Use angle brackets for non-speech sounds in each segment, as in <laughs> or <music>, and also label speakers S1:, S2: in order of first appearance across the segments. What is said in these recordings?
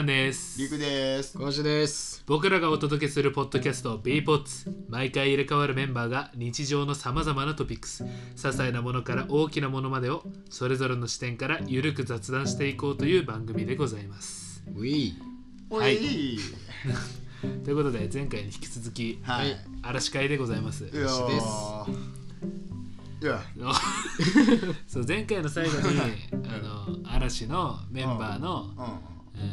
S1: んです
S2: りくです。
S3: 小橋です。
S1: 僕らがお届けするポッドキャスト b p o t 毎回入れ替わるメンバーが日常のさまざまなトピックス些細なものから大きなものまでをそれぞれの視点からゆるく雑談していこうという番組でございます
S3: ウィ
S2: お
S1: はい
S2: い。
S1: ということで前回に引き続き
S2: はい。
S3: はい
S1: 嵐会でございます
S2: いやー
S3: です
S2: いや、
S1: <laughs> そう前回の最後にあの嵐のメンバーの、
S2: う
S1: う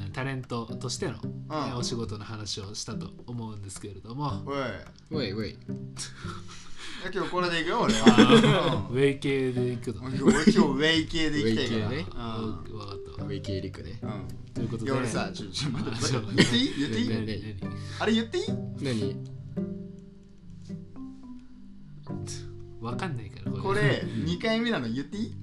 S1: んタレントとしての、ね
S2: うん
S1: お仕事の話をしたと思うんですけれども
S2: ん。おい。
S3: ウェイウェイ。
S2: え今日これでいくよ、俺
S1: あー
S3: <laughs>
S2: は。
S1: ウェイ系で行く
S2: う
S1: の
S2: ん俺今日ウェイ系でいきたいから。
S3: ウェイ系ね
S2: うん
S1: 分かった
S3: ウェイ系リクね。
S2: うん。
S1: ということ
S2: い
S1: で
S2: や、俺さ、ちょ、ちょ、待っ
S1: あそ
S2: て
S1: う、
S2: 言っていい言っていい
S3: ね
S1: 何何何
S2: あれ言っていい
S3: 何
S1: わかんないから
S2: これ、2回目なの言っていい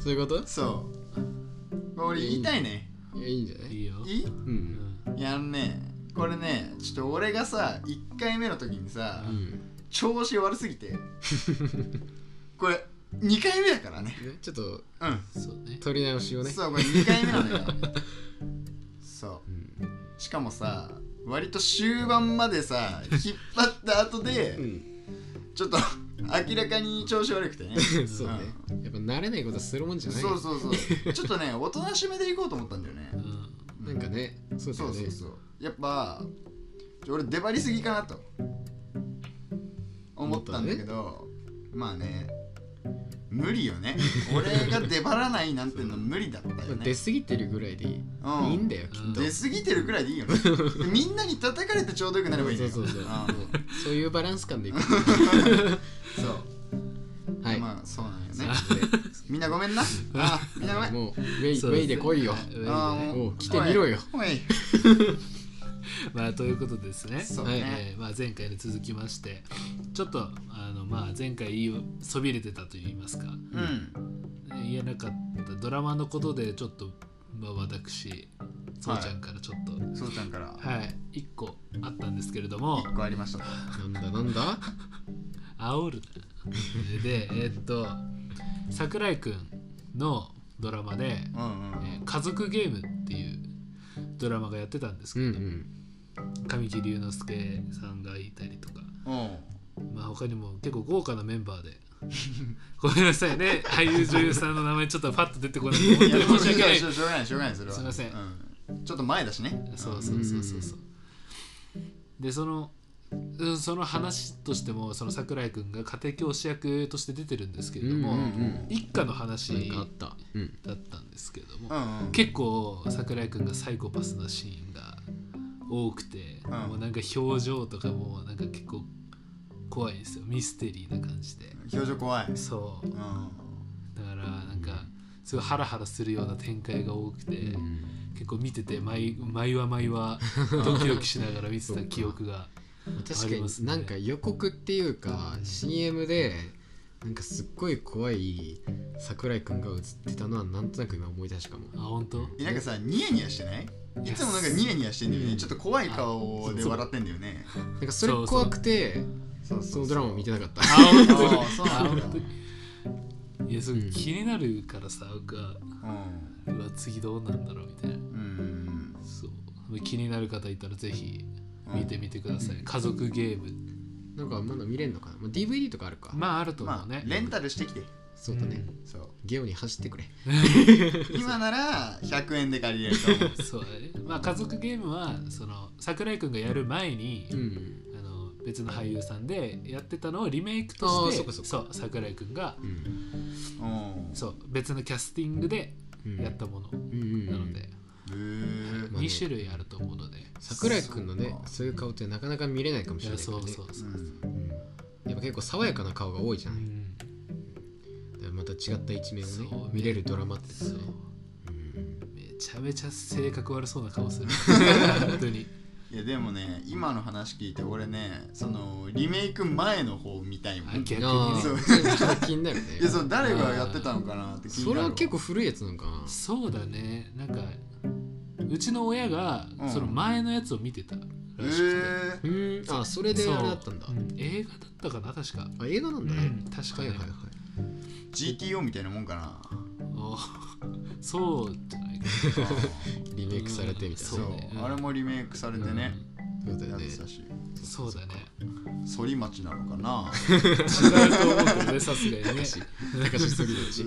S3: そういうこと
S2: そう。これ俺言いたいね。
S3: いや、いいんじゃないい。
S1: いよ
S2: いいう
S1: うんん
S2: いや、あのね、これね、ちょっと俺がさ、1回目の時にさ
S3: う、ん。
S2: 調子悪すぎ
S3: <laughs>
S2: て。これ、2回目だからね。
S3: ねちょっと、
S2: うん。
S1: そうね
S3: 取り直しをね。
S2: そうこれ2回目な
S3: <laughs>
S2: のよそ
S3: うん。
S2: うしかもさ割と終盤までさ引っ張った後で、
S3: うん。
S2: ちょっと明らかに調子悪くてね
S3: <laughs> そうね。やっぱ慣れないことするもんじゃない
S2: そうそう
S3: <laughs>
S2: そうちょっとねおとなしめでいこうと思ったんだよね
S1: うん
S3: なんかね、そうだ
S2: そ
S3: よ
S2: うそ
S3: ね
S2: う。そうやっぱちょ俺出張りすぎかなと思ったんだけど、まあね無理よね俺が出張らないなんての無理だったよ
S3: <laughs> まあ
S2: ね
S3: 出過ぎてるぐらいでいい
S2: うん
S3: いいんだよ、きっと。
S2: 出過ぎてるくらいでいいよ
S3: <laughs>
S2: ねでみんなに叩かれてちょうどよくなればいいんだ
S3: そう
S2: よ
S3: そうそう。も
S2: あ
S3: うそういうバランス感でいく。
S2: ーそう
S3: はい。
S2: まあそうなんよね
S3: で
S2: みんなごめん
S3: <laughs>
S2: なあーみんなごめん
S3: もう、ウェイ、ウ
S1: そうですね
S3: ェイで来いよ。
S1: ウェイでね
S2: あー
S3: おう来てみろよ
S2: おい
S1: まあということですね
S2: そう
S3: はい
S1: え
S2: ね
S1: ーまあ、前回に続きましてちょっとあの、まあ、前回言いそびれてたといいますか
S2: うん
S1: 言えなかったドラマのことでちょっと、まあ、私そうちゃんからちょっと
S2: そうちゃんから
S1: はい、一1個あったんですけれども
S2: 1個ありました
S3: なんだなんだ
S1: 煽るなでえっと桜井くんのドラマで
S2: うん
S1: 「えー家族ゲーム」っていうドラマがやってたんです
S3: う
S1: け
S3: ん
S1: ど、
S3: うん。
S1: 神木隆之介さんがいたりとか、
S2: うんうん
S1: まあ、他にも結構豪華なメンバーで <laughs> ごめんなさいね俳優女優さんの名前ちょっとパッと出てこない本当
S3: <laughs>
S2: いや
S1: に
S2: もう
S1: 申
S2: し
S1: し
S2: ょ
S1: 訳
S2: うが
S1: な
S2: な
S1: い
S2: いしょうがないしょうがないそれは
S1: すいません
S2: うんちょっと前だしね
S1: そうそうそうそうそうでそのうんその話としてもその桜井くんが家庭教師役として出てるんですけれども、
S3: うんうん
S1: 一家の話
S3: なんかあった。うん。
S1: だったんですけれど
S2: う
S1: も、
S2: んうん
S1: 結構桜井くんがサイコパスなシーンが多くて、
S2: ん
S1: もうなんか表情とかもなんか結構怖いんですよミステリーな感じで
S2: 表情怖いうん
S1: そう
S2: う
S1: だからなんかすごいハラハラするような展開が多くて、結構見てて毎毎話毎話
S3: <laughs>
S1: ドキドキしながら見てた記憶が
S3: 確
S1: あります
S3: か
S1: ね
S3: になんか予告っていうか CM でなんかすっごい怖い桜井くんが映ってたのはなんとなく今思い出したかも
S1: あ本当
S2: んなんかさニヤニヤしてないいつもなんかニヤニヤしてんだよ
S3: う
S2: ね
S3: ん
S2: ちょっと怖い顔で笑ってんだよね
S3: なんかそれ怖くて
S2: そう
S3: そのドラマを見てなかった
S1: あ本当
S2: ああそう
S1: あ
S2: なんだ
S3: <laughs>
S1: 本当にいやそう
S3: うん
S1: 気になるからさ僕は
S2: うん
S1: うわ次どうなんだろうみたいな
S2: うん
S1: そう気になる方いたらぜひ見てみてください、家族ゲーム
S3: <laughs> なんかまだ見れんのかな、まあ、DVD とかあるか、
S1: まああると思
S2: ま
S1: う
S2: あ
S1: ね、
S2: レンタルしてきて
S3: そうだね、
S2: そう
S3: ゲオに走ってくれ
S2: 今なら100円で借りれると思う
S1: そうだねまあ家族ゲームはその桜井くんがやる前に、
S3: うん
S1: あの別の俳優さんでやってたのをリメイクと
S3: あー
S1: し
S3: そってかそっ
S1: う
S3: か
S1: 桜井くんが
S3: うん
S2: うん
S1: そう別のキャスティングで
S3: うん
S1: やったもの
S3: うんうん
S1: なので、
S2: へー
S3: まあね
S1: 2種類あると思うので、
S3: 桜井くんの
S2: そう
S3: ね
S2: か
S3: そういう顔ってなかなか見れないかもし
S1: い
S3: れ
S1: や
S3: ないから
S1: そ
S3: ね
S1: うそうそうう、
S2: ん
S3: うんやっぱ結構爽やかな顔が多いじゃ
S1: う
S3: ない、
S1: ん
S3: だからまた違った一面をね
S1: そう
S3: 見れるドラマってこ
S1: そ
S3: と
S1: う
S3: ねうん
S1: めちゃめちゃ性格悪そうな顔 <laughs> する本当に
S2: いやでもね今の話聞いて俺ねそのリメイク前の方見たいも
S1: あ
S2: ん
S1: 逆
S3: あ
S1: に
S3: ー
S1: ね
S3: <laughs> ちょっと気になるね
S2: いやそう誰がやってたのかなって気
S3: そ
S2: に
S3: れ
S2: なる
S3: は
S2: わ
S3: 結構古いやつなんかな
S1: そうだねなんかうちの親が
S2: うん
S1: その前のやつを見てたらし
S2: へ
S1: く
S2: ー
S3: うんあそれ
S1: て、
S3: で
S1: そう
S3: あれだったんだ
S1: うん映画だったかな確か、
S3: あ映画な
S1: うん
S3: だね、
S1: ん、確か
S3: はい
S1: に、
S3: はいはい
S2: GTO みたいなもんかな
S1: おそうじゃない
S3: リメイクされてみたいな
S2: そう
S1: そうねうん
S2: あれもリメイクされてね、
S3: そうだ
S2: や
S3: よ
S2: っ
S3: ね
S2: てたし
S1: そうだね
S2: 反町なのかな
S1: <laughs> 違
S2: <laughs>
S1: うと思うけどねさすがにね
S3: 高橋すぎるし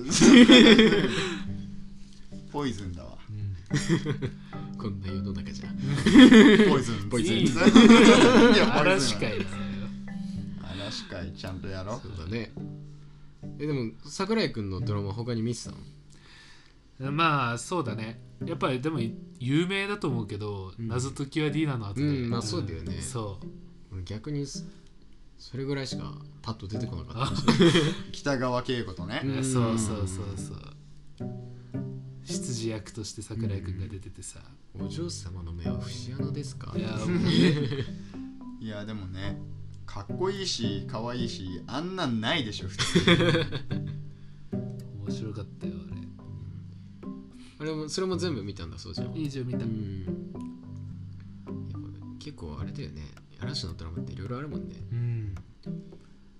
S2: ポイズンだわ
S3: こんな世の中じゃ
S2: <laughs> ポイズン
S3: ポイズン
S2: <laughs> いやポイズ
S1: 嵐
S2: ン
S1: 会です
S2: 嵐会ちゃんとやろう
S3: そうだねえでも桜井くんのドラマ他に見てたの
S1: よまあそうだねやっぱりでも有名だと思うけど
S3: ん
S1: 謎解きは D なの後で
S3: うんまあそうだよね
S1: んそう
S3: 俺逆にそそれぐらいしかパッと出てこなかっ
S1: あ
S2: 北川景子とね、
S3: うん
S1: そうそうそうそう執事役として桜井くんが出ててさ
S3: たお嬢様の目は節穴ですか
S1: いやもうね
S2: <laughs> いやでもねかっこいいし可愛いしあんなんないでしょ普通
S1: 面白かったよあ
S3: <laughs> あれもそれも全部見たんだそうじゃん
S1: れ以上見た
S3: うんやっぱ結構あれだよね嵐のドラマっていろいろあるもんね
S1: うん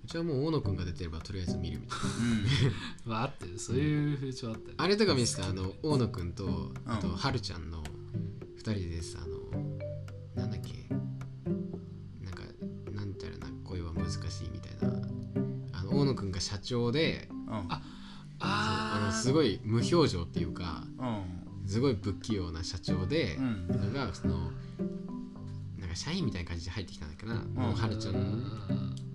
S3: うちはもう大野くんが出てればとりあえず見るみたいな <laughs>
S1: まああってそういう風潮あったよ
S3: あれとか見せたあの大野くんとあと
S2: うん
S3: はるちゃんの2人ですあのなんだっけなんかなんたらな恋は難しいみたいなあの大野くんが社長で
S2: うんうん
S1: あ
S3: あの
S1: あ
S3: すごい無表情っていうか
S2: うん
S3: すごい不器用な社長で、
S2: うん
S3: それがそのなんか社員みたいな感じで入ってきたんだけどな、もうはるちゃん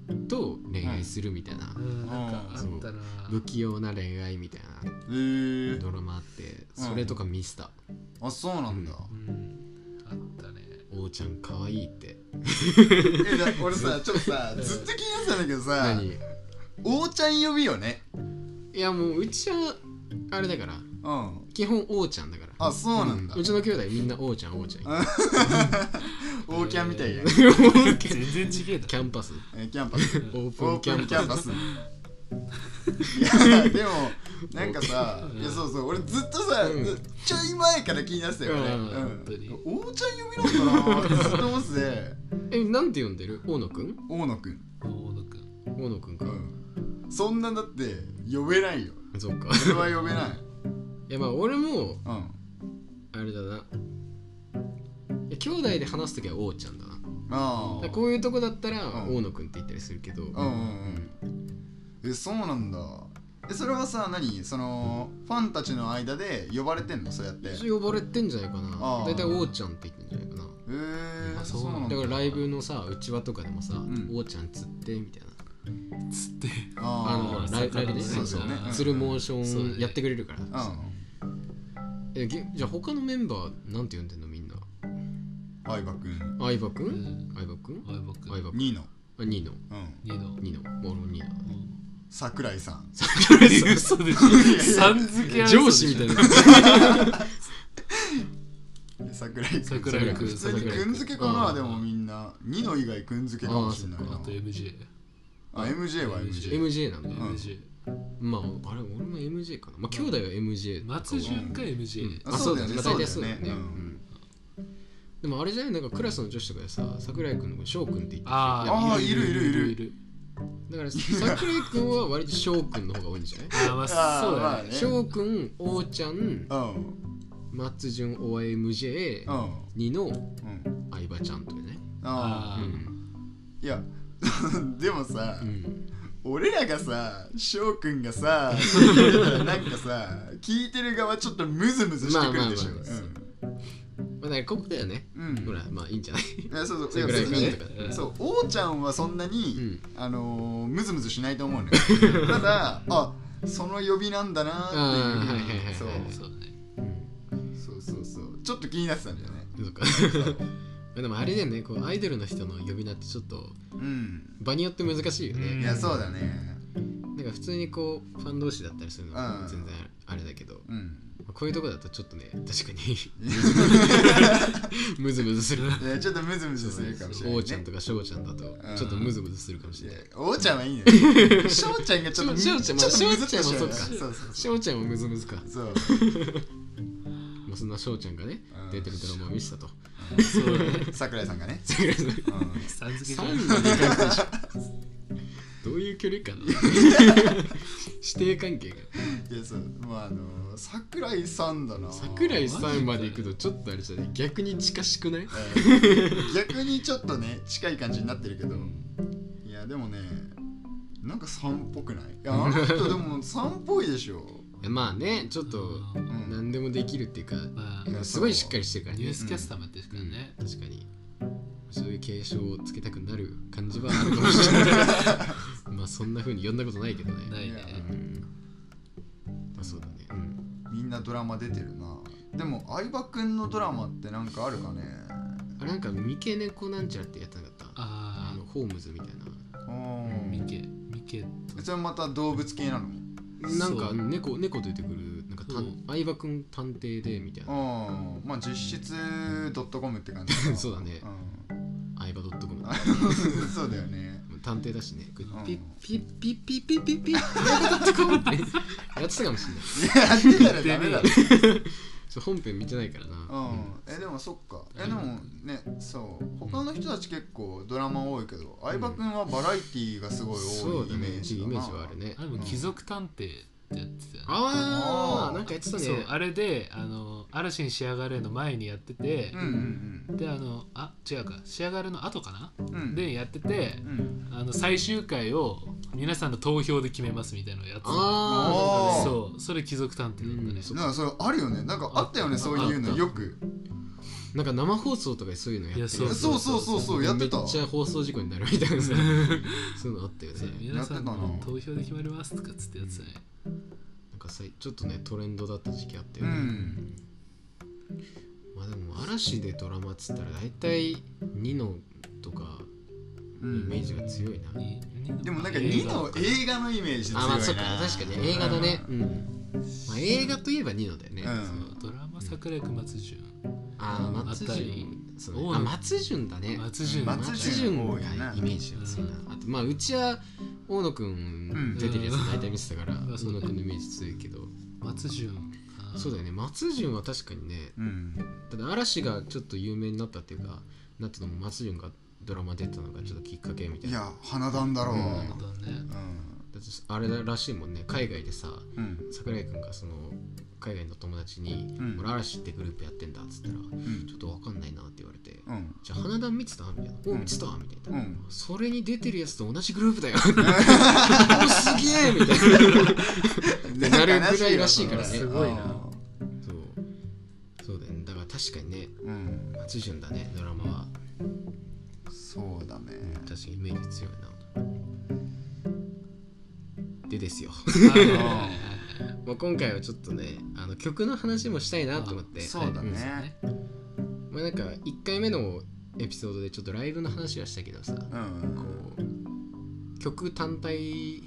S1: う
S3: と恋愛するみたいな、
S1: んなんかあったな
S3: 不器用な恋愛みたいな
S2: えー、
S3: ドラマあってそれとか見せた、
S2: あそうなんだ、
S1: うんあったね
S3: おーちゃんかわいいって
S2: えだ俺さちょっとさずっと気になってたんだけどさ
S3: <laughs> 何い
S2: 王ちゃん呼びよね
S3: やもううちはあれだから
S2: うん
S3: 基本おーちゃんだから
S2: あそうなんだ
S3: うちの兄弟みんなおーちゃんおーちゃん言って
S2: 王キャンみたいやん
S1: 全然違えだ
S3: <laughs> キャンパス
S2: えキャンパス
S3: オー
S2: オ
S3: プ
S2: ー
S3: ンキ
S2: プ
S3: ャ
S2: ン
S3: ン
S2: キャン
S3: パ
S2: パ
S3: ス
S2: スいやでもなんかさ
S1: うん
S2: いやそうそう俺ずっとさ、
S3: うん
S2: ずちょい前から気になってたよね、
S3: う
S2: うんん
S1: 本当に
S2: 王ちゃん呼びなんかなってずっと思ってて
S3: えなんて呼んでる大野くん
S2: 大野くん、
S1: 大野くん
S3: 大野くんか、
S2: うん、そんなだって呼べないよ
S3: そっか <laughs>
S2: それは呼べない
S3: いやまあ俺も
S2: うん
S3: あれだないや兄弟で話すときは王ちゃんだなだか
S2: ああ
S3: らこういうとこだったら
S2: うん
S3: 大野くんって言ったりするけど、
S2: うんうんうんえそうなんだえそれはさ何そのファンたちの間で呼ばれてんのそうやってへ
S3: 一応呼ばれてんじゃないかな
S2: あー
S3: 大体王ちゃんって言ってんじゃないかな
S2: えー、
S1: あそう
S2: そうなんだ
S3: だからライブのさうちわとかでもさ、
S2: ん
S3: 王ちゃん釣ってみたいな
S1: つって
S3: あ
S2: あ
S3: のほらライライブでね
S2: そうそうねうん
S3: 釣るモーシ
S1: そうだ
S3: ョン
S1: ね
S3: やってくれるから、
S2: あうん
S3: えげじゃあ他のメンバーなんて呼んでんのみんな
S2: 相葉くん
S3: 相葉く
S1: うんん
S3: 相葉くん
S1: おい僕
S3: 相葉くん
S2: ニノ
S3: あニーノ
S2: うん
S1: 二の
S3: ニーノもう俺もニーノ
S2: 桜井さん
S1: 嘘でしょさん付けは嘘でょ
S3: 上司みたいな
S2: 桜井くん
S1: 桜井くん
S2: 普通にくん付けか
S3: う
S2: なんでもみんなニノ以外くん付けかもしれないな
S1: あと MJ
S2: あ MJ は MJ
S3: MJ なんだよ、
S1: MJ
S3: まああれ俺も MJ かなまあ兄弟は MJ とかは
S1: 松潤か MJ
S2: あそうだよね
S3: まあ
S2: そうだよね
S3: 大体そうだよね
S2: うん
S3: うんでもあれじゃないなんかクラスの女子とかでさ桜井君のこと翔くんって言ってる人
S1: ああ
S2: いるいるいる
S1: いる
S3: だから桜井君は割と翔くんの方が多い
S2: <laughs>
S3: んじゃない
S1: あーまあそうだね
S3: 翔くん、王ちゃん、
S2: うん
S3: 松潤、OIMJ
S2: う、ん
S3: ニノ、
S2: うん
S3: 相葉ちゃんとかね。
S2: ああ
S1: あ
S2: いや <laughs> でもさ、
S3: うん。
S2: 俺らがさ翔くんが
S3: <laughs>
S2: さ聞いてたらなんかさ聞いてる側ちょっとムズムズしてくるでしょ
S3: まあまあまあ
S2: う
S3: まあだからここだよね。
S2: んうん
S3: ほら、まあいいんじゃない <laughs>
S2: いやそうそういや
S3: 桜井
S2: 別
S3: 君
S2: に
S3: とか。
S1: ー
S2: そう王ちゃんはそんなに、
S3: うん
S2: あのー、ムズムズしないと思うの
S3: <laughs>
S2: よただあその呼びなんだなーって
S3: あーはいはいはい
S2: い
S3: は
S2: う
S3: い
S2: そう
S1: そうね
S3: うん。
S2: そうそうそうちょっと気になってたんだ
S3: <laughs>
S2: よね
S3: そうか。でもあれだよね、こうアイドルの人の呼び名ってちょっと
S2: うん
S3: 場によって難しいよ
S1: うん
S2: い
S3: ね。
S2: やそうだね
S3: なんか普通にこうファン同士だったりするのは
S2: うん
S3: 全然あれだけど、
S2: うん
S3: こういうとこだとちょっとね、確かに <laughs> ムズムズする。
S2: <laughs> いやちょっとムズムズするかもしれない、ね、
S3: 王ちゃんとか翔ちゃんだとちょっとムズムズするかもし
S2: い
S3: れ
S2: や
S3: ない。
S2: 王ちゃんはいいね
S3: <laughs>
S2: 翔ちゃんがちょっと
S3: 翔ちゃん
S2: ちょっとムズっとし
S3: 翔ちゃん
S2: ちゃ
S3: もそっか
S2: そうそう
S3: 翔ちゃんもムズムズか。
S2: そう
S3: まあ、そんな翔ちゃんがね、
S2: うん
S3: 出てるドラマを見せたと。
S1: そうね
S2: 桜井さんがね、うん
S1: さん付けじ
S3: サ
S1: ゃ
S3: ウ
S1: ん
S3: ナに関して <laughs> どういう距離感なの師弟関係が。
S2: いやそうまああのー桜井さんだな
S3: 桜井さんまで行く
S2: と
S3: とちょっとあれじゃない逆に近しくない
S2: 逆にちょっとね近い感じになってるけど、
S3: うん
S2: いやでもねなんかさんっぽくないい
S3: <laughs>
S2: やあの人でもさんっぽいでしょ、
S3: いやまあねちょっと
S2: う
S1: ま
S2: ん
S3: 何でもできるっていうか
S1: あ
S2: うん
S3: すごいしっかりしてるから
S1: ニュ
S3: ね
S1: ースキャスターもやってるからね、
S3: うん確かにそういう継承をつけたくなる感じはあるかもしれないまあそんな風に呼んだことないけどね
S1: ないね
S2: いや
S3: うんまあそうだねうん
S2: みんなドラマ出てるなでも相葉くんのドラマってなんかあるかね
S3: あれなんか三毛猫なんちゃらってやってなかったあ
S1: あ
S3: のホームズみたいな
S1: あミ
S2: あ
S1: ケミケ
S2: あそれまた動物系なの
S3: なん
S1: そ
S3: か
S1: う
S3: 猫猫出てくるなんかた
S1: そう
S3: 相葉君探偵でみたいな
S2: ああまあ実質ドットコムって感じかな
S3: <laughs> そうだね
S2: う
S3: 相葉 .com
S2: ん <laughs> そうだよね
S3: 探偵だしねこれ
S2: うん
S3: ピッピッピッピッピッピッピッ相葉 .com ってやってたかもしれない
S2: いややってたらダメだろ
S3: ちょ本編見てないからな
S2: うん、えでもそっかえでもねそう他の人たち結構ドラマ多いけど相葉君はバラエティーがすごい
S3: そ
S2: 多
S3: う
S2: い
S3: だ
S2: イメ
S3: ね
S2: ージ
S3: イ
S2: だな
S3: メージはあるね
S1: あでも貴族探偵ってやってたよね
S3: あ
S2: あ
S3: あ
S2: ー
S3: なんかやってたね
S1: そうあれであの「嵐に仕上がれ」の前にやってて
S2: うん、うん
S1: であのあ違うか仕上がれの後かな、
S2: うんうん
S1: でやってて
S2: うん
S1: あの最終回を皆さんの投票で決めますみたいなのやつ
S3: ああ
S2: ー
S1: そうそれ貴族探偵だったね、
S3: うんそ
S2: なんかそれあるよねなんかあったよねそういう
S1: あっ
S2: の
S1: た
S2: よく
S3: なんか生放送とかでそういうのやって
S1: い
S3: る
S1: やそう
S2: そうそうそうそうやってた
S3: めっちゃ放送事故になるみたいなさそういうのあったよね
S1: そう皆さん
S2: やってた
S1: の
S2: な
S1: 投票で決まりますとかっつってやつだね、
S3: なんかさちょっとねトレンドだった時期あったよね、
S2: うん
S3: まあでも嵐でドラマっつったら大体ニノとか
S2: う
S3: イメー
S2: ん
S3: ジが強いな、
S1: にに
S2: でもなんか
S1: 映画
S2: 2の映画のイメージ強いな
S3: あまあそっか確かに映画だねうん、まあ、映画といえばニノだよね、
S2: うん
S1: そうドラマ桜井くん松潤
S3: あー
S1: うん
S3: 松
S1: あったり
S3: 潤そうね
S1: 大野
S3: あ松潤だね
S1: 松潤
S2: 松
S3: 松
S2: 潤
S3: 潤
S2: 多
S3: が
S2: いよね
S3: イメージが強いな、あとまあうちは大野くん出てるやつ大体見てたから、
S1: ん
S3: 大野くんのイメージ強いけど
S1: 松潤あー
S3: そうだよね松潤は確かにね
S2: うん
S3: ただ嵐がちょっと有名になったっていうかなったのも松潤がドラマ出たのがちょっときっかけみたい
S2: い
S3: な
S2: や花壇だろう
S3: うん
S1: なるほどね
S2: う
S3: だってあれらしいもんね海外でさ
S2: ん
S3: 桜井くんがその海外の友達に
S2: うん
S3: 俺嵐ってグループやってんだ」っつったら
S2: う
S3: 「
S2: ん
S3: ちょっと分かんないな」って言われて
S2: うんうん
S3: 「じゃあ花壇見てた?」みたいな「お
S2: うん
S3: 見てた?」みたいな、
S2: うん
S3: それに出てるやつと同じグループだよ。
S2: <laughs>
S3: おすげえみたいな。なるぐらいらしいからね
S2: ん悲しわ
S3: すごいなそう。そうだよね。だから確かにね、
S2: うん
S3: 松潤だね、ドラマは。
S2: そうだね
S3: 確かにイメージ強いな。でですよ。 <laughs> まあ今回はちょっとね、あの曲の話もしたいなと思って。
S2: そうだ
S1: あ
S2: ね
S3: んまあなんか1回目のエピソードでちょっとライブの話はしたけどさ、
S2: う
S3: こ
S2: ん
S3: う、曲単体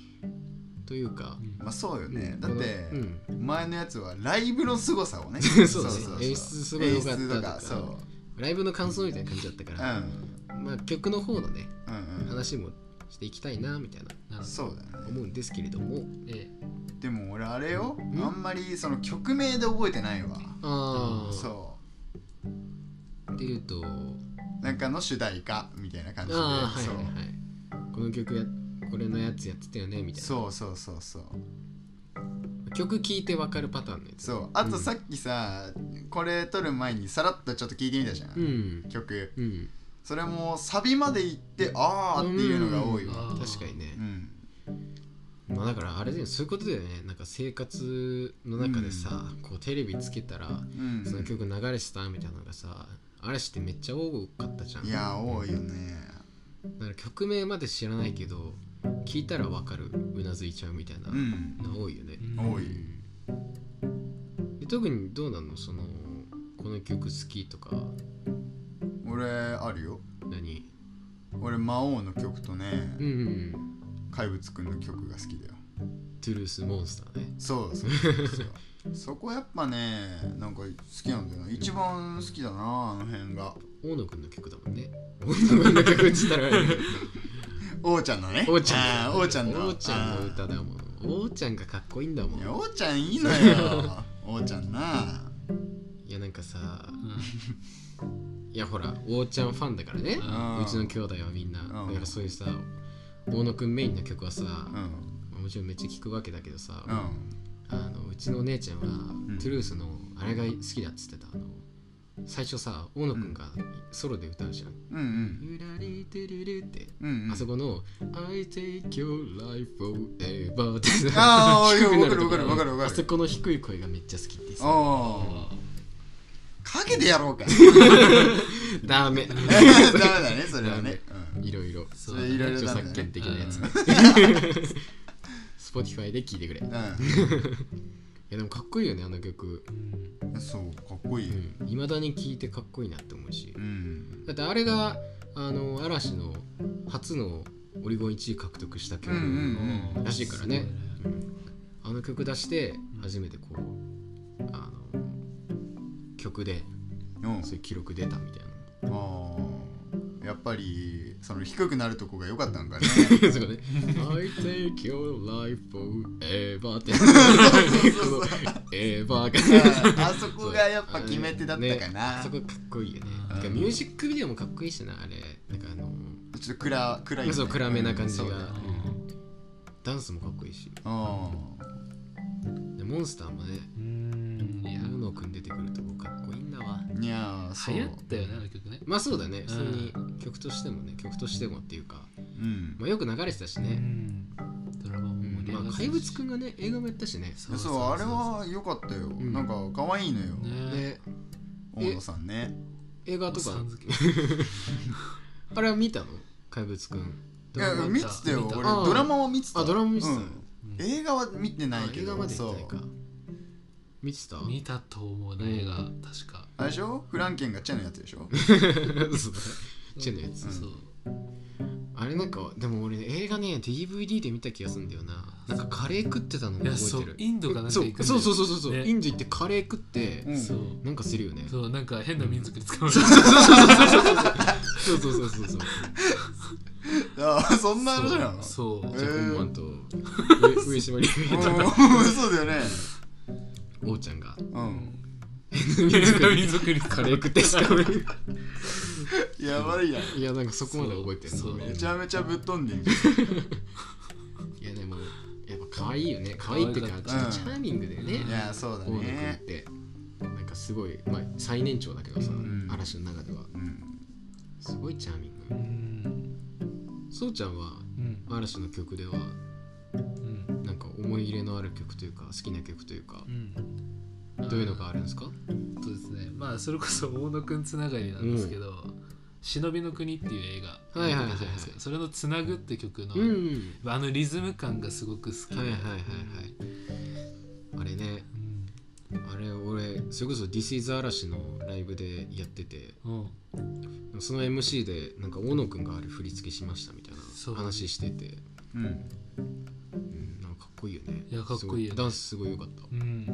S3: というか、
S2: まあそうよね
S3: うん
S2: だって
S3: うん、
S2: 前のやつはライブの凄さをね
S3: <laughs> そうだね演出すごい良かったとか
S2: 演出とかそう
S3: ライブの感想みたいな感じだったか
S2: う
S3: ら、
S2: ん
S3: まあ曲の方のね、
S2: うん
S3: 話もしていきたいなみたいな
S1: な
S2: う
S1: る
S2: ん
S1: ほ
S2: そうだね
S3: 思うんですけれども
S1: どえ
S2: でも俺あれよ
S3: ん
S2: あんまりその曲名で覚えてないわ
S3: ああ
S2: そ
S3: っていうと
S2: うなんかの主題歌みたいな感じで
S3: ああーはい
S2: そう
S3: はいはいこの曲やこれのやつやってたよねみたい
S2: そうそうそうそう
S3: な曲聴いてわかるパターンのやつ
S2: そうあとさっきさこれ撮る前にさらっとちょっと聞いてみたじゃ
S3: うんん
S2: 曲
S3: うん
S2: それもサビまで行ってあーっていうのが多いわ
S1: うん
S3: 確かにね
S2: うん
S3: まあだからあれだよねそういうことだよねなんか生活の中でさこうテレビつけたら
S2: うん
S3: その曲流れてたみたいなのがさ嵐ってめっちゃ多かったじゃん
S2: いや多いよね
S3: だから曲名まで知らないけど聞いたらわかるうなずいちゃうみたいな
S2: うん
S3: の多いよね、
S1: ー
S2: 多
S1: うん
S2: い
S3: で特にどうなのそのこの曲好きとか
S2: 俺あるよ
S3: 何
S2: 俺魔王の曲とね
S3: うんうんうん
S2: 怪物くんの曲が好きだよ
S3: トゥルースモンスターね
S2: そうそうそうそう
S3: <laughs>
S2: そこやっぱねなんか好きなんだよな一番好きだなあの辺が
S3: 大野くんの曲だもんね大野くんの曲って言ったら <laughs>
S2: 王ちゃんのね
S3: おーちゃ
S2: あ
S3: ん
S2: ー王ちゃんの
S3: おーちゃんの
S2: あ
S3: 歌だもんおーちゃんがかっこいいんだ
S2: ー
S3: もん
S2: いや王ちゃんいいの
S3: <laughs>
S2: よ王ちゃんない
S3: やなんかさいやほらおーちゃんファンだからね
S2: うん
S3: うちの兄弟はみんな
S2: うん
S3: だからそういうさ大野くんメインの曲はさ
S2: うん
S3: もちろんめっちゃ聴くわけだけどさ
S2: うん
S3: あのうちのお姉ちゃんは、
S2: ん
S3: トゥルースのあれが好きだっつってたあの最初さ大野くんがソロで歌うじゃん「
S2: うんうん
S3: ゆらりてるる」って、
S2: うんうん
S3: あそこの「I take your life forever」ってさ
S2: あー
S3: 低くなとこ
S2: わかるわかるわかるわかる
S3: <laughs> あそこの低い声がめっちゃ好きってさ
S2: おーかけてやろ
S3: <laughs>
S2: うか
S3: ダメ
S2: ダメだねそれはね、うん
S3: いろいろ
S1: そう
S2: それいろいろ
S3: 著
S2: ダメ
S3: 作
S2: だね
S3: 権的なやつね <laughs> Spotify で聴いてくれいやでもかっこいいよねあの曲
S2: うんそうかっこいい、
S3: いま、未だに聴いてかっこいいなって思うし
S2: うん
S3: だってあれがあの嵐の初のオリコン1位獲得した
S2: う
S3: 曲、
S2: んうん
S3: らしいからねあの曲出して初めてこうあの曲で
S2: うん
S3: そういう記録出たみたいな
S2: あーやっぱりその低くなるとこが良かったんか
S3: <laughs>
S2: ね
S3: そこで「I take your life forever」ってこの「エヴァ」が
S2: ああそこがやっぱ決め手だったか
S3: ね
S2: な、
S3: あそこかっこいいよね
S1: うん
S3: てかミュージックビデオもかっこいいしなあれなんかあの
S2: ちょっと暗暗いよね
S3: そう暗めな感じが、
S2: そうだね
S3: うんダンスもかっこいいし
S2: あ
S3: でモンスターもね
S1: うんい
S3: いや
S1: や
S3: うのくん出てくるとこかっこいいんだわ
S2: ーいやーそう
S1: 流行ったよねあの曲ね
S3: まあそうだね普通に曲としてもね曲としてもっていうか、
S2: うん
S3: まあ、よく流れてたし
S1: う
S3: ね、
S1: んドラマも盛り上
S3: ま
S1: が
S3: あ、
S1: ったし
S3: 怪物くんがね映画もやったしね
S1: そ
S2: そうあれは良かったよ、
S3: ん
S2: なんか可愛いのよ、
S1: ね
S3: で
S2: 大野さんね
S3: 映画とか
S1: さん付け
S3: あれは見たの怪物くん
S2: い
S3: ド
S2: や
S3: ラマ
S2: 見てたよ
S1: 見た
S2: 俺
S3: あー
S2: ドラマは見てた
S3: あドラマ見てた
S2: う
S3: の
S2: ん映画は見てないけ
S3: あ映画
S2: ど
S3: まで
S2: そ
S3: 行
S2: う
S3: ってないか見てた
S1: 見たと思うな映画確か
S2: あれでしょフランケンがチェのやつでしょ
S3: <laughs> そうだねチェのやつ
S1: そう
S3: あれなんかでも俺ね映画ね DVD で見た気がするんだよななんかカレー食ってたのも
S1: いや
S3: 覚
S1: そ
S3: えて
S1: う
S3: る
S1: インドかなんか
S3: そう
S1: 行くんだよ
S3: そうそうそうそうそう、
S1: ね
S3: インド行ってカレー食って、
S2: うん
S1: そう
S3: なんかするよね
S1: そうなんか変な民族に使われ
S3: そうそうそうそうそうそうそうそうそうそう
S1: る
S3: そう
S1: <laughs>
S2: あーそんなあれじゃん
S1: そう
S2: え
S3: ジャコン
S1: <laughs>
S3: マンと上上島竜
S2: う
S3: 兵
S2: ん
S3: と
S2: そうだよね
S3: 王ちゃんが
S2: うん
S1: 民族に
S3: カレー食ってしかも
S2: やばいやん
S3: いやなんかそこまで覚えてる
S1: そうそう
S2: めちゃめちゃぶっ飛んでる
S3: いやでもやっぱ可愛いよね可愛いっていうか
S2: 可
S3: ち
S2: 愛
S3: ょ
S2: か
S3: っ
S2: った
S3: とチャーミングでね
S2: いやそうだ
S3: 大野くんっ
S2: ね
S3: てなんかすごいまあ最年長だけどさ
S2: ん
S3: 嵐の中では
S2: うん
S3: すごいチャーミン
S1: う
S3: グ
S1: ん
S3: そうちゃんは
S1: うん
S3: 嵐の曲では
S1: うん
S3: なんか思い入れのある曲というか好きな曲というか
S1: うん
S3: どういうのがあるんですか
S1: そうですねまあそれこそ大野くんつながりなんですけど「忍びの国」っていう映画
S3: はいはいはいはい
S1: やってたじゃなですかそれの「つなぐ」って曲の、
S3: うん
S1: あのリズム感がすごく好きで、
S3: はいはいはいはいあれね
S1: うん
S3: あれ俺それこそ This is 嵐のライブでやってて
S1: うん
S3: その MC でなんか大野くんがあれ振り付けしましたみたい
S1: そう
S3: な話してて
S2: うん
S3: うんなんかかっこいいよね
S1: いやかっこいいよね
S3: すごダンスすごい良かっ
S1: うん、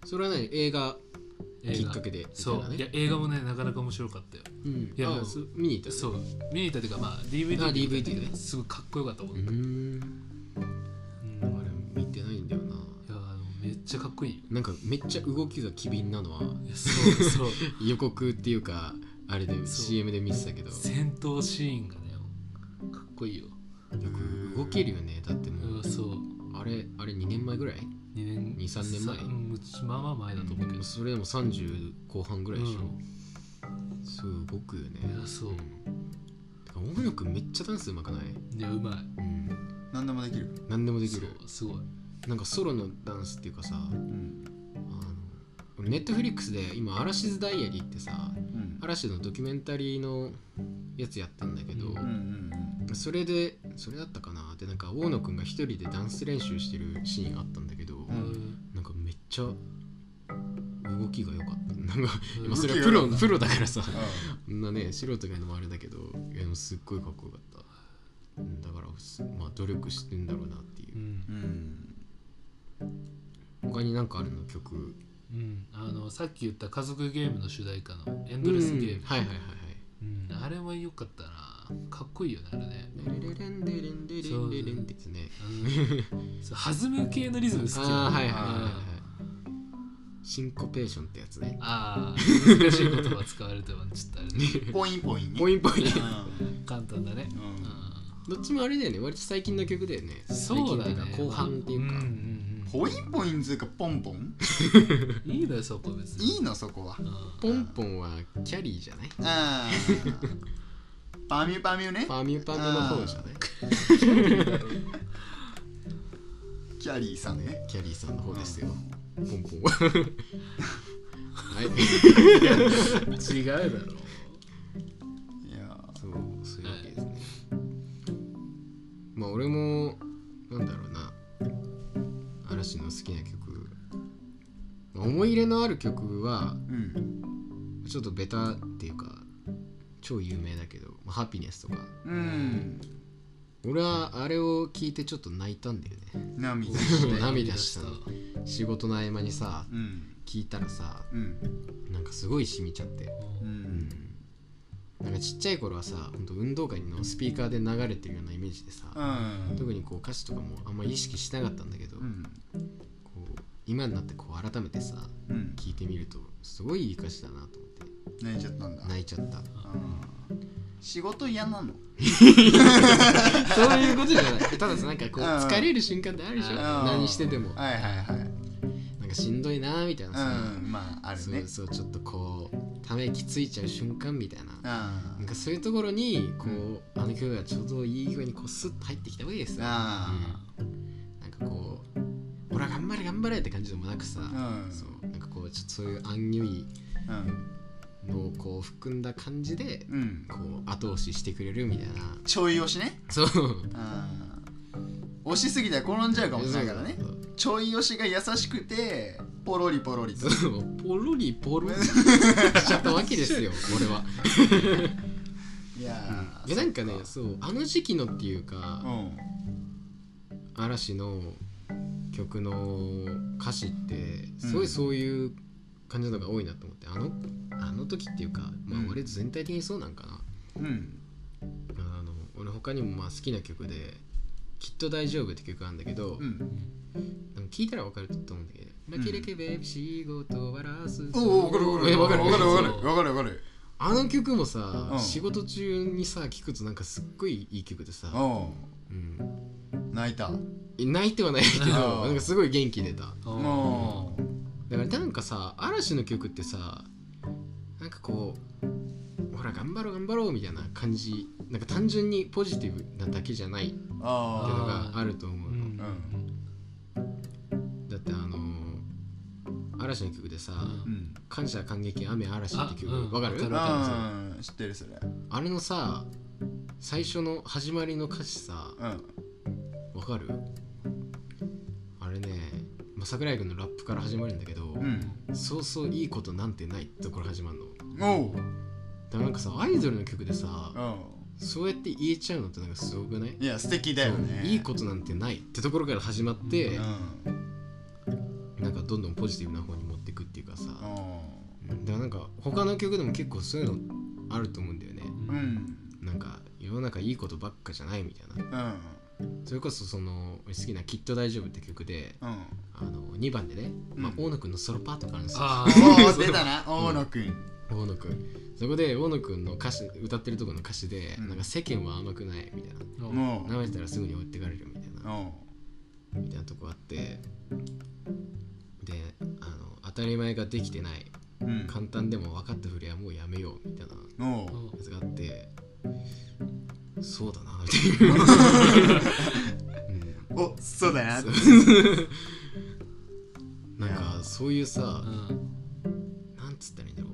S3: たそれはね映画
S1: 映画
S3: きっかけでみたいなね
S1: そういや映画もねなかなか面白かったよ
S3: うん
S1: いや
S3: あ
S1: もう
S3: そう見に行った
S1: そう見に行ったというかまあ DVD
S3: あ DVD
S1: ですごいかっこよかったもん、
S3: う
S1: うん
S3: ん
S1: あ
S3: あ
S1: れい
S3: れ見てないんだよな
S1: やあのめっちゃかっこいいよ
S3: なんかめっちゃ動きが機敏なのはい
S1: やそうそう
S3: 予告っていうかあれで CM で見てたけど
S1: <laughs>
S3: よ
S1: 戦闘シーンがねかっこいいよ
S3: く動けるよねだって
S1: う
S3: も
S1: わ
S3: う
S1: そう
S3: あれあれ2年前ぐらい
S1: 2年
S3: 二三年前
S1: さうんまあまあ前だと思うけ
S3: も
S1: ど
S3: う、それでも30後半ぐらいでしょ、すごい動くよね
S1: いやそうん
S3: てか大野くんめっちゃダンスうまくない、
S1: うん、でうまい
S3: うん、
S2: 何でもできる
S3: 何でもでき
S1: そ
S3: る
S1: うすごい
S3: なんかソロのダンスっていうかさ
S2: うん
S3: あのネットフリックスで今「アラシズダイアリー」ってさ
S2: うん
S3: 嵐のドキュメンタリーのやつやってんだけど、
S1: う
S2: うんうん
S3: それでそれだったかなでなんか大野くんが一人でダンス練習してるシーンあったんだけど、
S2: ん
S1: うん
S3: なんかめっちゃ動きが良かった <laughs> なんか
S1: うん
S3: 今それはプ
S2: 動きが良か
S3: ロ
S2: った
S3: プロだからさ
S2: うんあ
S3: こんなね素人が言うのもあれだけどいやでもすっごいかっこよかったうんだからすまあ努力してんだろうなっていうう、
S1: ん
S2: うん
S3: 他になんかあるの曲
S1: うん、あのさっき言った家族ゲームの主題歌の「エン
S3: ド
S1: ド
S3: レ
S1: レ
S3: ス
S1: ス
S3: ゲ
S1: ゲ
S3: ー
S1: ー
S3: ム
S1: ム
S3: はいはいはいは」
S1: うんあれは良かったなかっこいいよねあれ <laughs> ね
S3: いレレレンデレンデレンデレンってやつね
S1: うんそう弾む系のリズム好きなの
S3: ああはいはいはいはい
S1: うん
S3: はいシンコペーションってやつね
S1: あー難しい言葉使われてもちょっとあれだけ <laughs>
S2: ポインポインね
S3: ポ <laughs> インポイン
S2: うん
S1: ど簡単だね、
S2: うん
S1: うん
S3: どっちもあれだよね割と最近の曲だよね
S1: そうだね
S3: 最近っていうか後半っていうか
S1: んうんうん
S2: ポインポインズかポンポン
S1: いいのよそこ別に
S2: いいのそこは
S1: うん
S3: ポンポンはキャリーじゃない
S2: あーパミュパミュね
S3: パミュパミュの方じゃ <laughs> ない
S2: キャリーさんね
S3: キャリーさんの方ですよ
S2: うん。
S3: ポンポ <laughs> ンは。はい。
S1: 違うだろ
S2: いや
S3: そう、そういうわけですね。まあ、俺も、なんだろうな。嵐の好きな曲。まあ思い入れのある曲は、
S2: ーうん
S3: ちょっとベタっていうか、超有名だけど、まあ、ハピネスとか。
S2: うん
S3: 俺はあれを聞いてちょっと泣いたんだよね。
S2: 涙して
S3: 涙したの仕事の合間にさ、
S2: うん
S3: 聞いたらさ、
S2: うん
S3: なんかすごい染みちゃって。
S2: う
S3: うんんなんかちっちゃい頃はさ本当運動会のスピーカーで流れてるようなイメージでさ、
S2: うん
S3: 特にこう歌詞とかもあんまり意識しなかったんだけど、
S2: うん
S3: こう今になってこう改めてさ
S2: うん
S3: 聞いてみるとすごいいい歌詞だなと思って
S2: 泣いちゃったんだ
S3: 泣いちゃった
S2: あー仕事嫌なの
S3: そういうことじゃない <laughs> たださなんかこう
S2: うん
S3: 疲れる瞬間ってあるでしょ、
S1: うん
S3: 何してても、
S2: はいはいはい
S3: なんかしんどいなーみたいなさ、
S2: うんまああるね
S3: そうそうちょっとこうため息ついちゃう瞬間みたいな、
S2: あ
S3: なんかそういうところにこう、あの曲がちょうどいい具合にこうスッと入ってきたわけですよ、
S2: あ
S3: うんなんかこう俺は頑張れ頑張れって感じでもなくさ、
S2: うん
S3: そうなんかこうちょっとそういうアンニュイ
S2: うん
S3: のをこう含んだ感じで
S2: うん
S3: こう後押ししてくれるみたいな
S2: ちょい押しね
S3: そう
S2: あー押しすぎたら転んじゃうかもしれないからね
S3: そう
S2: ちょい押しが優しくてポロリポロリと
S3: そうそうポロリ
S2: <laughs>
S3: ポロリしちゃったわけですよ俺はい
S2: やー
S3: でなんかね
S2: そっ
S3: そうあの時期のっていうか、
S2: うん
S3: 嵐の曲の歌詞ってすごいそういう感じのが多いなと思って、あのあの時っていうか、まあ
S2: うん、
S3: 俺全体的にそうなんかな、
S2: うん
S3: あの俺他にもまあ好きな曲で「きっと大丈夫」って曲あるんだけど、
S2: うん
S3: でも聞いたら分かると思うんだけど「ラキラキベイビー仕事終わらす」
S2: おお分かる
S3: え
S2: 分
S3: わ
S2: かる
S3: かる
S2: 分かる
S1: わ
S2: 分かる分かる分かる
S3: あの曲もさ、
S2: うん
S3: 仕事中にさ聞くとなんかすっごいいい曲でさ、
S2: う
S3: うん、
S2: ん泣いた
S3: 泣いてはないけど
S2: うん
S3: なんかすごい元気出た
S1: うん
S2: も
S3: だからなんかさ嵐の曲ってさなんかこうほら頑張ろう頑張ろうみたいな感じなんか単純にポジティブなだけじゃないっていう
S2: う
S3: の
S2: あ
S3: があると思
S1: う
S3: うの、
S1: ん
S3: だってあのー嵐の曲でさ、
S1: うん
S2: あうん
S3: 感謝感激雨嵐って曲
S1: あ
S3: わ、
S1: うん
S3: かる
S1: わかる
S2: うん知ってるそれ
S3: あれのさ最初の始まりの歌詞さ
S2: うん
S3: わかるあれね、まあ、桜井君のラップから始まるんだけど、
S2: うん
S3: そうそういいことなんてないってところ始まるのだか
S2: おお
S3: らなんかさアイドルの曲でさ
S2: う
S3: そうやって言えちゃうのってなんかすごくない
S2: んいや素敵だよね
S3: そういいことなんてないってところから始まって、
S2: うん
S3: なんかどんどんポジティブな方に持ってくっていうかさ、
S2: う
S3: だからなんか他の曲でも結構そういうのあると思うんだよね
S1: うん
S2: うんん
S3: なんか世の中いいことばっかじゃないみたいな
S2: うん
S3: それこそその俺好きな「きっと大丈夫」って曲で <laughs>
S2: うん
S3: あの2番でね、まあ
S2: うん
S3: 大野くんのソロパートがあるんですよ
S1: あ
S2: おお出たな大野くん
S3: 大野くんそこで大野くんの歌詞歌ってるところの歌詞で、
S2: うん
S3: なんか世間は甘くないみたいな
S1: あも
S2: もう
S3: 舐めたらすぐに置いてかれるみたいなみたいなとこあってであの当たり前ができてない
S2: うんうん
S3: 簡単でも分かったふりはもうやめようみたいな
S2: お
S1: う
S2: う
S3: やつがあってそうだなっていう、
S2: おそうだな
S3: そう <laughs> なんかそういうさ
S1: うん
S3: なんつったらいいんだろう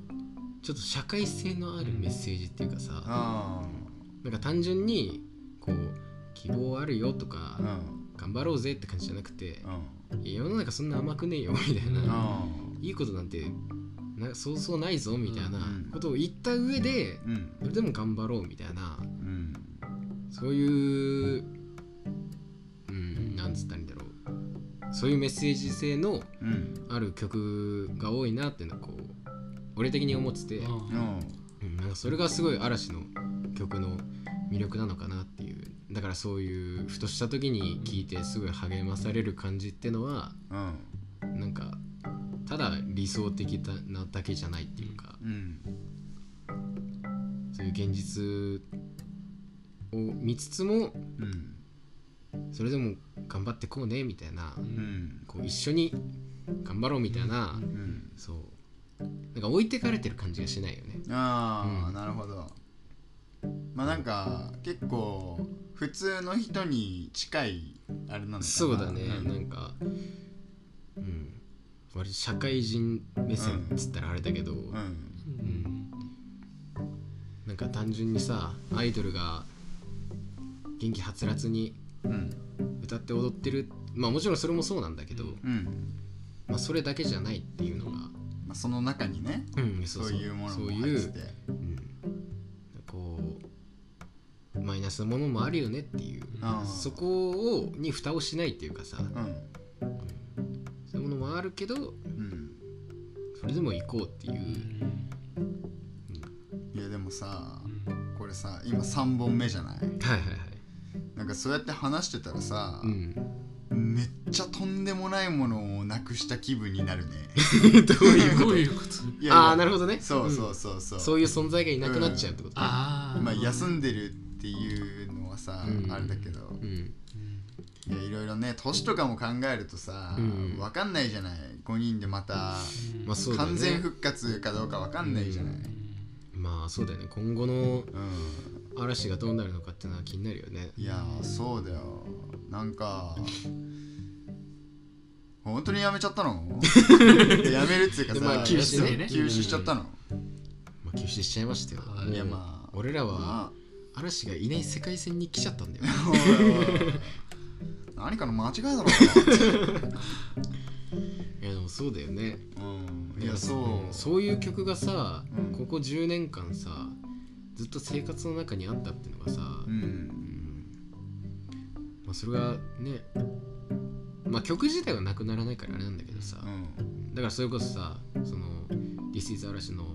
S3: ちょっと社会性のあるメッセージっていうかさ
S2: あ
S3: なんか単純にこう希望あるよとか
S2: あうん
S3: 頑張ろうぜって感じじゃなくて
S2: うん
S3: いや世の中そんな甘くねえよみたいな
S2: うん
S3: いいことなんてなそうそうないぞみたいな
S2: うん
S3: ことを言った上で
S2: うん
S3: それでも頑張ろうみたいな
S2: うん
S3: そういう、うん、なんつったらいいんだろう。そういうメッセージ性の
S2: うん
S3: ある曲が多いなっていうのはこう、俺的に思ってて、
S1: う
S3: うん
S2: うん
S3: なんかそれがすごい嵐の曲の魅力なのかなっていう。だからそういうふとした時に聴いてすごい励まされる感じってのは、
S2: うん
S3: なんか、ただ理想的だなだけじゃないっていうか、
S2: うん
S3: そういう現実を見つつも、
S2: うん
S3: それでも頑張ってこうねみたいな
S2: うん
S3: こう一緒に頑張ろうみたいな
S2: うん
S3: そうなんか置いてかれてる感じがしないよね
S2: ああ、
S3: うん
S2: なるほどまあなんか結構普通の人に近いあれなのかな
S3: そうだね、
S2: ん
S3: なんかうん割と社会人目線っつったらあれだけど、
S2: うん
S3: うんなんか単純にさアイドルが元気はつらつに
S2: うん
S3: 歌って踊ってるまあもちろんそれもそうなんだけど、
S2: うん
S3: まあ、それだけじゃないっていうのが、
S2: まあ、その中にね
S3: うん、
S2: そういうもの
S3: そう
S2: も
S3: い
S2: 入っ
S3: う
S2: てて
S3: うん、こうマイナスのものもあるよねっていう
S2: あー
S3: そこをに蓋をしないっていうかさ、
S2: うん
S3: そういうものもあるけど
S2: うん
S3: それでも行こうっていうう、
S1: ん
S2: いやでもさ
S1: うん
S2: これさ今3本目じゃない
S3: はいはいはい
S2: なんかそうやって話してたらさ、
S3: うん、
S2: めっちゃとんでもないものをなくした気分になるね
S3: <laughs> どういう
S1: どういうこと
S2: いやいや
S3: ああなるほどね
S2: そうそううんそうそう、
S3: そういう存在がいなくなっちゃうってこと、ね
S1: ああ
S2: まあ休んでるっていうのはさ、
S3: うん
S2: あれだけど
S3: うん
S2: いやいろいろね年とかも考えるとさ、
S3: うん
S2: わかんないじゃない5人でまた
S3: まあそうだね
S2: 完全復活かどうかわかんないじゃない、
S3: まあそうだよね今後の
S2: うん
S3: 嵐がどうなるのかっていうのは気になるよね
S2: いやーそうだよなんか本当にやめちゃった
S3: <laughs>
S2: のやめるっていうかさ、
S3: まあ休止
S1: ね
S2: 休止しちゃったの、
S3: まあ休止しちゃいましたよ
S1: はい
S3: もう
S2: いやまあ
S3: 俺らは
S2: まあ
S3: 嵐がいない世界線に来ちゃったんだよ
S2: おいおいおい何かの間違いだろ
S3: <laughs> いやでもそうだよね
S2: う、うん、いやそう
S3: そういう曲がさ、
S2: うん
S3: ここ10年間さずっと生活の中にあったっていうのがさ、
S2: う
S3: うんんまあ、それがねまあ曲自体はなくならないからあれなんだけどさ、
S2: うん
S3: だからそれこそさその「This is 嵐」の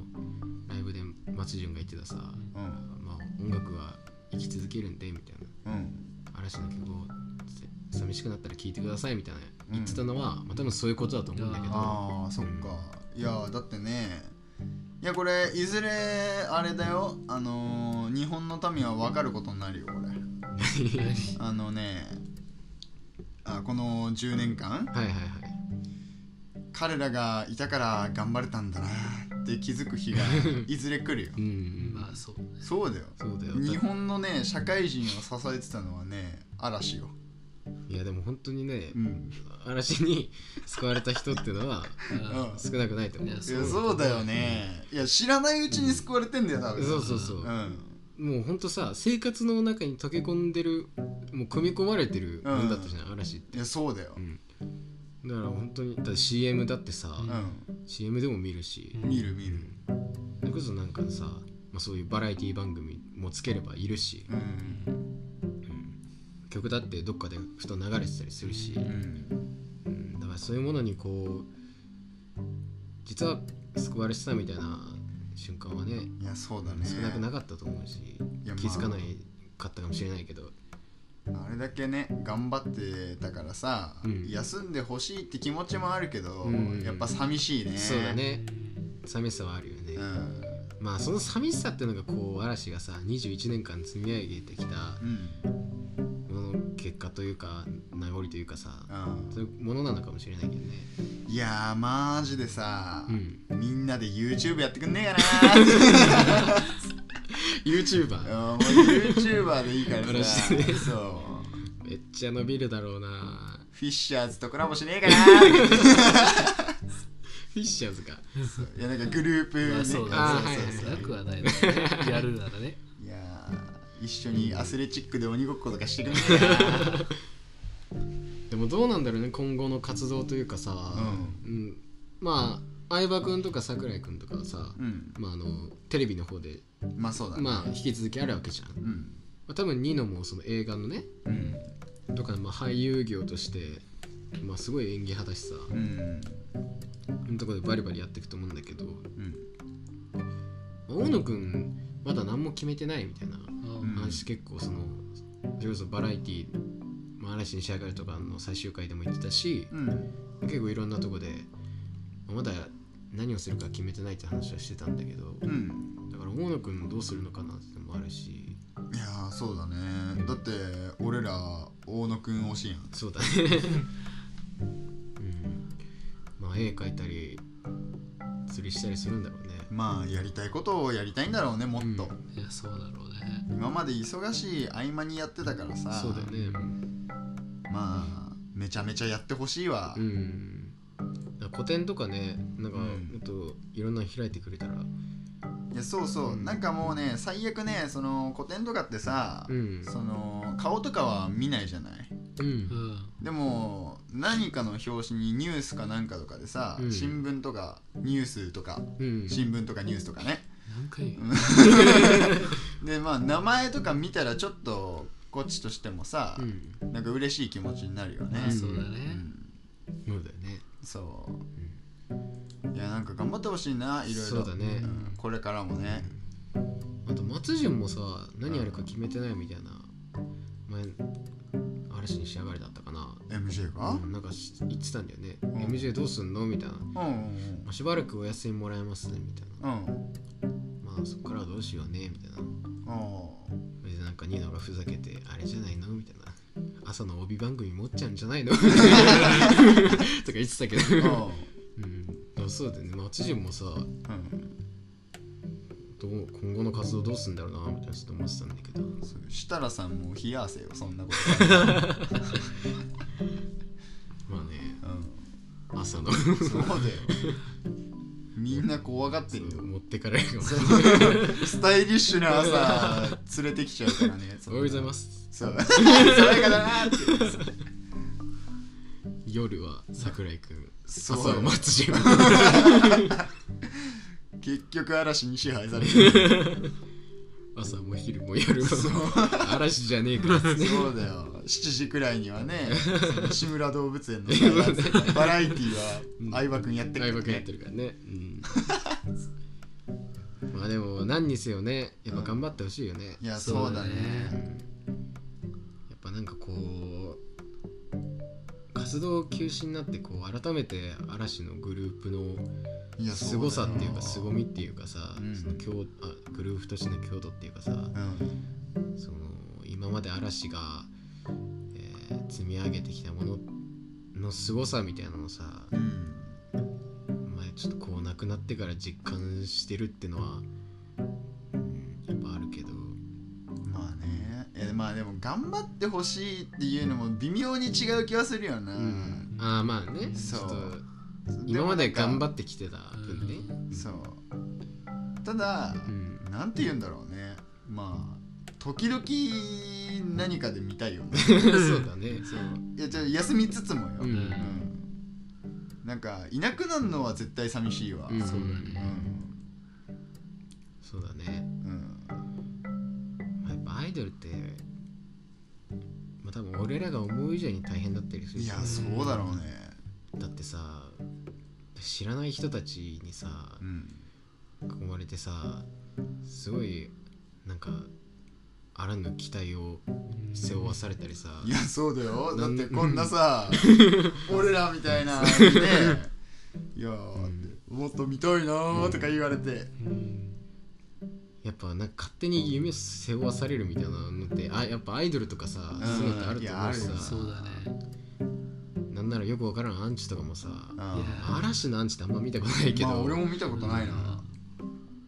S3: ライブで松潤が言ってたさ、
S2: うん
S3: まあ、音楽は生き続けるんでみたいな
S2: うん
S3: 嵐の曲をせ寂しくなったら聴いてくださいみたいな言ってたのは、まあ、多分そういうことだと思うんだけど
S2: あーそっかいやーだってねいやこれいずれあれだよあのー、日本の民は分かることになるよこれあのねあこの10年間
S3: <laughs> はいはいはい
S2: 彼らがいたから頑張れたんだなって気づく <laughs> 日がいずれ来るよ
S3: うん、うん、
S1: まあそう
S2: そうだよ
S3: そうだよ
S2: 日本のね社会人を支えてたのはね嵐よ、
S3: いやでも本当にね、
S2: うん、
S3: 嵐に救われた人っていうのは
S1: あ
S3: 少なくないと思
S1: い
S3: う
S1: や
S2: いやそうだよねいや知らないうちに救われてんだよ多分
S3: そうそうそう、
S2: うん
S3: もうほんとさ生活の中に溶け込んでるもう組み込まれてるもんだったじゃない、嵐って
S2: いやそうだよ
S3: うんだから本当にだって CM だってさ、
S2: う
S3: CM でも見るし、
S2: ん見る見
S3: う
S2: る
S3: んそれこそなんかさ、まあ、そういうバラエティ番組もつければいるし、
S2: うん
S3: うん曲だってどっかでふと流れてたりするし、
S2: うん
S3: うんだからそういうものにこう実は救われてたみたいな瞬間はね
S2: いやそうだね
S3: 少なくなかったと思うし、
S2: やまあ
S3: 気づかないかったかもしれないけど、
S2: あれだけね頑張ってたからさ、
S3: うん
S2: 休んでほしいって気持ちもあるけど、
S3: うん
S2: やっぱ寂しいね
S3: そうだね寂しさはあるよね、
S2: うん
S3: まあその寂しさっていうのがこう嵐がさ21年間積み上げてきた
S2: うん
S3: ものの結果というか名残というかさ
S2: うん
S3: そういうものなのかもしれないけどね
S2: いやーマジでさ、
S3: うん
S2: みんなで YouTube やってくんねえか
S3: <laughs> YouTuber
S2: なうんもう YouTuber でいいから
S3: マ
S2: さ、
S3: ジでね
S2: そう
S3: めっちゃ伸びるだろうな
S2: フィッシャーズとコラボしねえか
S3: <laughs>
S2: な
S3: フィッシャーズか
S2: そういやなんかグループ、ね
S1: まあそう
S3: あ
S1: だね
S3: ー
S1: そうそう
S3: はいはいはい
S1: なくはないねやるならね
S2: いやー一緒にアスレチックで鬼ごっことかしてくんねえか
S3: <laughs>
S2: な
S3: でもどうなんだろうね今後の活動というかさ、
S2: う
S3: うんまあ相葉君とか桜井君とかはさ、
S2: うん
S3: まあ、あのテレビの方で、
S2: まあそうだね、
S3: まあ、引き続きあるわけじゃん、ま
S2: うん
S3: あ、多分ニノもその映画のね
S2: うん
S3: とか、まあ、俳優業として、まあ、すごい演技派だしさ
S2: うん
S3: うんとこでバリバリやっていくと思うんだけど、ま
S2: うん
S3: あ大野君まだ何も決めてないみたいな
S2: うん
S3: 話結構そのそれこそバラエティまあ嵐に仕上がるとかの最終回でも言ってたし
S2: うん
S3: 結構いろんなとこでまあまだ何をするか決めてないって話はしてたんだけど
S2: うん
S3: だから大野君どうするのかなってのもあるし
S2: いやーそうだねだって俺ら大野くん推しやん
S3: そうだねうんまあ絵描いたり釣りしたりするんだろうね
S2: まあやりたいことをやりたいんだろうねもっと、
S1: いやそうだろうね
S2: 今まで忙しい合間にやってたからさ
S3: そうだよねうん
S2: まあめちゃめちゃやってほしいわ、
S3: うんだから個展とかねなんか
S2: う
S3: も
S2: ん
S3: っといろんなの開いてくれたら
S2: いやそうそう、
S3: うん
S2: なんかもうね最悪ねその古典とかってさ、
S3: うん
S2: その顔とかは見ないじゃない
S3: うん
S1: うん
S2: でも何かの表紙にニュースかなんかとかでさ、
S3: うん
S2: 新聞とかニュースとか
S3: うん
S2: 新聞とかニュースとかね
S1: 何回
S2: でまあ名前とか見たらちょっとこっちとしてもさ、
S3: うん
S2: なんか嬉しい気持ちになるよね、
S1: まあそうだ
S2: う
S1: ね
S2: ん
S3: そうだよね
S2: そういやなんか頑張ってほしいないろいろ
S3: そうだね
S2: んこれからもね
S3: あと松潤もさ何やるか決めてないみたいな前嵐に仕上がりだったかな
S2: MJ が
S3: うんなんかし言ってたんだよね、
S2: ん
S3: MJ どうすんのみたいな、
S2: うん
S3: まあ、しばらくお休みもらえますねみたいな
S2: うんうんうん
S3: まあそこからはどうしようねみたいな
S2: うん
S3: それでなんかニノがふざけてあれじゃないのみたいな朝の帯番組持っちゃうんじゃ
S2: <laughs>
S3: ないのとか言ってたけどうんでもそうだよね松潤もさ
S2: うん
S3: どう今後の活動どうすんだろうなみたいなちょっと思ってたんだけど
S2: そう設楽さんも冷や汗よそんな
S3: <laughs>
S2: こと
S3: まあね
S2: うん
S3: 朝の <laughs>
S2: そうだよみんな怖がってる
S3: <laughs> そう
S2: よ
S3: 持ってかれるかも
S2: そうスタイリッシュな
S3: <laughs>
S2: 朝連れてきちゃうからね
S3: おはようございます
S2: そう爽やかだなって
S3: 夜は桜井くん
S2: そ
S3: 朝は
S2: う
S3: 松潤
S2: 結局嵐に支配されてる
S3: 朝も昼も夜も
S2: そう
S3: <laughs> 嵐じゃねえからっつって
S2: そうだよ7時くらいには
S3: <laughs>
S2: ねその志村動物園のさバラエティー
S3: うん
S2: は相葉くんやってる
S3: 相
S2: からね
S3: 葉君やってるからねうん <laughs> まあでも何にせよねやっぱ頑張ってほしいよね、
S2: いやそうだ
S3: う
S2: ね
S3: んやっぱなんかこう活動休止になってこう改めて嵐のグループの
S2: いや
S3: 凄さっていうか
S2: すご
S3: 凄みっていうかさ、
S2: うん
S3: その強あグループとしての強度っていうかさ、
S2: うん
S3: その今まで嵐が、えー積み上げてきたものの凄さみたいなのをさ、
S2: うん
S3: 前ちょっとこう亡くなってから実感してるってのは、うん、やっぱあるけど
S2: まあねえまあでも頑張ってほしいっていうのも微妙に違う気はするよな、
S3: うんああまあね
S2: そう
S3: ちょっと今まで頑張
S2: っ
S3: ってきてた分ね
S2: そうただ、
S3: うん
S2: なんて言うんだろうねまあ時々何かで見たい
S3: <laughs>
S2: よね
S3: そうだね
S2: そういやじゃあ休みつつもよ、
S3: うん
S2: うんなんかいなくなるのは絶対寂しいわ、
S3: うん
S1: そうだ
S2: う
S1: ね
S2: ん
S3: そうだね
S2: うん
S3: まあやっぱアイドルってまあ多分俺らが思う以上に大変だったりする
S2: い
S3: しね
S2: やそうだろうね
S3: だってさ知らない人たちにさ
S2: うん
S3: 囲まれてさすごいなんかあらぬ期待を背負わされたりさ
S2: いやそうだよだ
S3: な
S2: っ
S3: ん
S2: てこんなさ俺らみたい
S3: <laughs>
S2: なねいやーってもっと見たいなーとか言われて
S1: うん
S3: やっぱなんか勝手に夢背負わされるみたいなのってあやっぱアイドルとかさ
S2: ん
S3: そういうのってある
S2: い
S3: と
S2: や
S3: 思うし
S2: ある
S3: さ
S1: そうだね
S3: なんならよくわからんアンチとかもさ
S2: あ
S1: や
S3: 嵐のアンチってあんま見たことないけど、
S2: まあ俺も
S3: ま
S2: 見たことないな、
S3: あ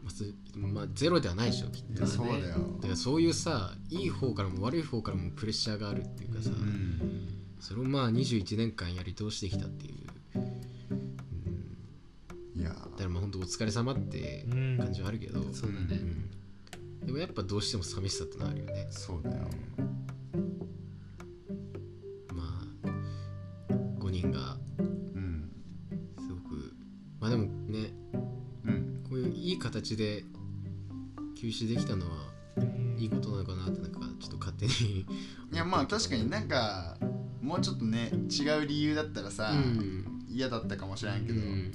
S3: そまあゼロではないでしょきっ
S2: い
S3: と
S2: やそうだよ
S3: だからそういうさいい方からも悪い方からもプレッシャーがあるっていうかさ、
S2: うん
S3: それをまあ21年間やり通してきたっていう、うん、
S2: いや
S3: だからまあほんとお疲れ様って
S1: うん
S3: 感じはあるけど、
S1: そうだ
S3: う
S1: ね
S3: んでもやっぱどうしても寂しさってのはあるよね
S2: そうだよ
S3: まあ5人が
S2: うん
S3: すごくまあでもね
S2: うん
S3: こういういい形で休止できたのはいいことなのかなってなんかちょっと勝手に
S2: いやまあ確かになんかもうちょっとね違う理由だったらさ、
S3: うん
S2: 嫌だったかもしれ
S3: うん
S2: けど、
S3: ん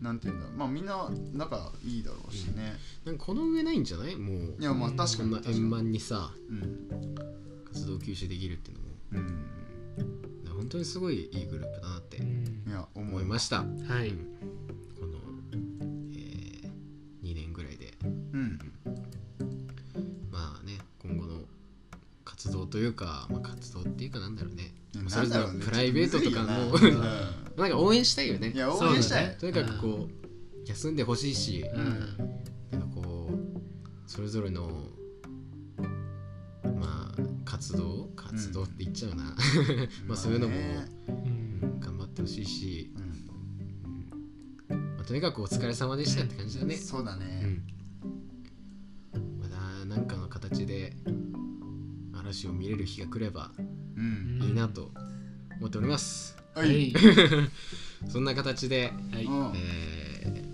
S2: なんていうんだろうまあみんな仲いいだろうしね、
S3: なんかこの上ないんじゃないもう
S2: いやまあ確
S3: こ
S2: か
S3: ん
S2: に
S3: な
S2: 確かに
S3: 円満にさ
S2: うん
S3: 活動休止できるっていうのも
S2: うん
S3: だから本当にすごいいいグループだなって
S2: いや思
S3: 思い
S2: いま
S3: ますしたこ
S1: は
S3: う
S1: い
S3: んの、え2年ぐらいで
S2: うん
S3: まあね今後の活動というか、まあ、活動っていうかなんだろうね
S2: いや
S3: それぞれ
S2: なんだろうね
S3: プライベートとかも
S2: ちょっとむずいよ
S3: なんか応援したいよね
S2: いや応援したい、
S1: そうだね
S3: とにかくこう休んでほしいし、
S1: うん
S3: なんかこうそれぞれのまあ活動活動って言っちゃ <laughs> うな、まあそういうのも
S2: ね
S1: うん
S3: 頑張ってほしいし、
S2: うん
S3: まあとにかくお疲れ様でしたって感じだね、
S2: そうだ
S3: う
S2: ね、
S3: んまだ何かの形で嵐を見れる日が来れば
S2: うん
S3: いいなと思っております、
S1: は
S2: おい
S1: い
S3: そんな形で、
S1: はい
S2: うん
S3: え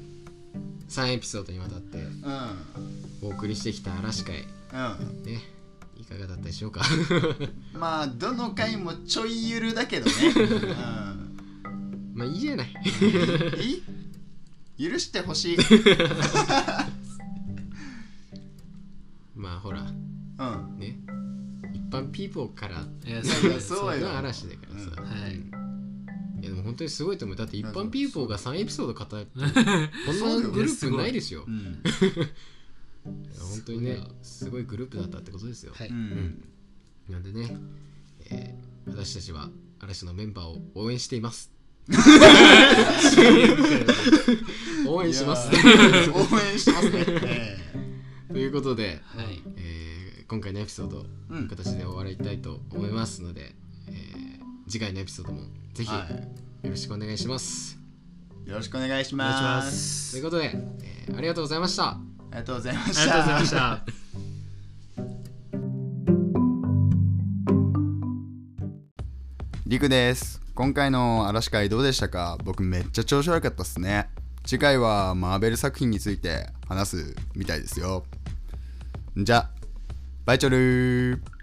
S3: 3エピソードにわたって
S2: うん
S3: お送りしてきた嵐会
S2: うん
S3: ねいかがだったでしょうか <laughs>
S2: まあどの回もちょいゆるだけどね、
S3: まあいいじゃない
S2: うん、いい許してほしい、
S3: まあほら
S2: うん、
S3: ね一般ピーポーか
S1: い
S3: ら
S1: や
S2: いやそうよ
S3: の嵐だからさ、
S2: うん
S1: はい
S3: いやでも本当にすごいと思うだって一般ピーポーが3エピソード語ってこ
S2: そ
S3: ん
S2: う
S3: な
S2: よ
S3: グループないです <laughs> よ
S2: うん、
S3: いや本当にねすごいグループだったってことですよ、
S1: はいう
S2: ん、
S3: なんでね、えー私たちは嵐のメンバーを応援してい <laughs> ます応援します
S2: いやー応援してますね、え
S3: ということで、
S1: はい
S3: えー今回のエピソード、
S2: う
S3: こ
S2: ん
S3: の形で終わりたいと思いますので、えー次回のエピソードもぜ
S2: え
S3: ひよ
S2: は
S3: ろしくお願いします、
S2: い、よろしくお願いし
S1: お願いし
S2: ま
S1: ますす
S3: ということで、えーありがとうございました
S2: ありがとうございま
S1: あ
S2: し
S1: りがとうござい
S2: た
S1: ました
S2: りくです今回の嵐会どうでしたか僕めっちゃ調子悪かったっすね次回はマーベル作品について話すみたいですよじゃバイチョルー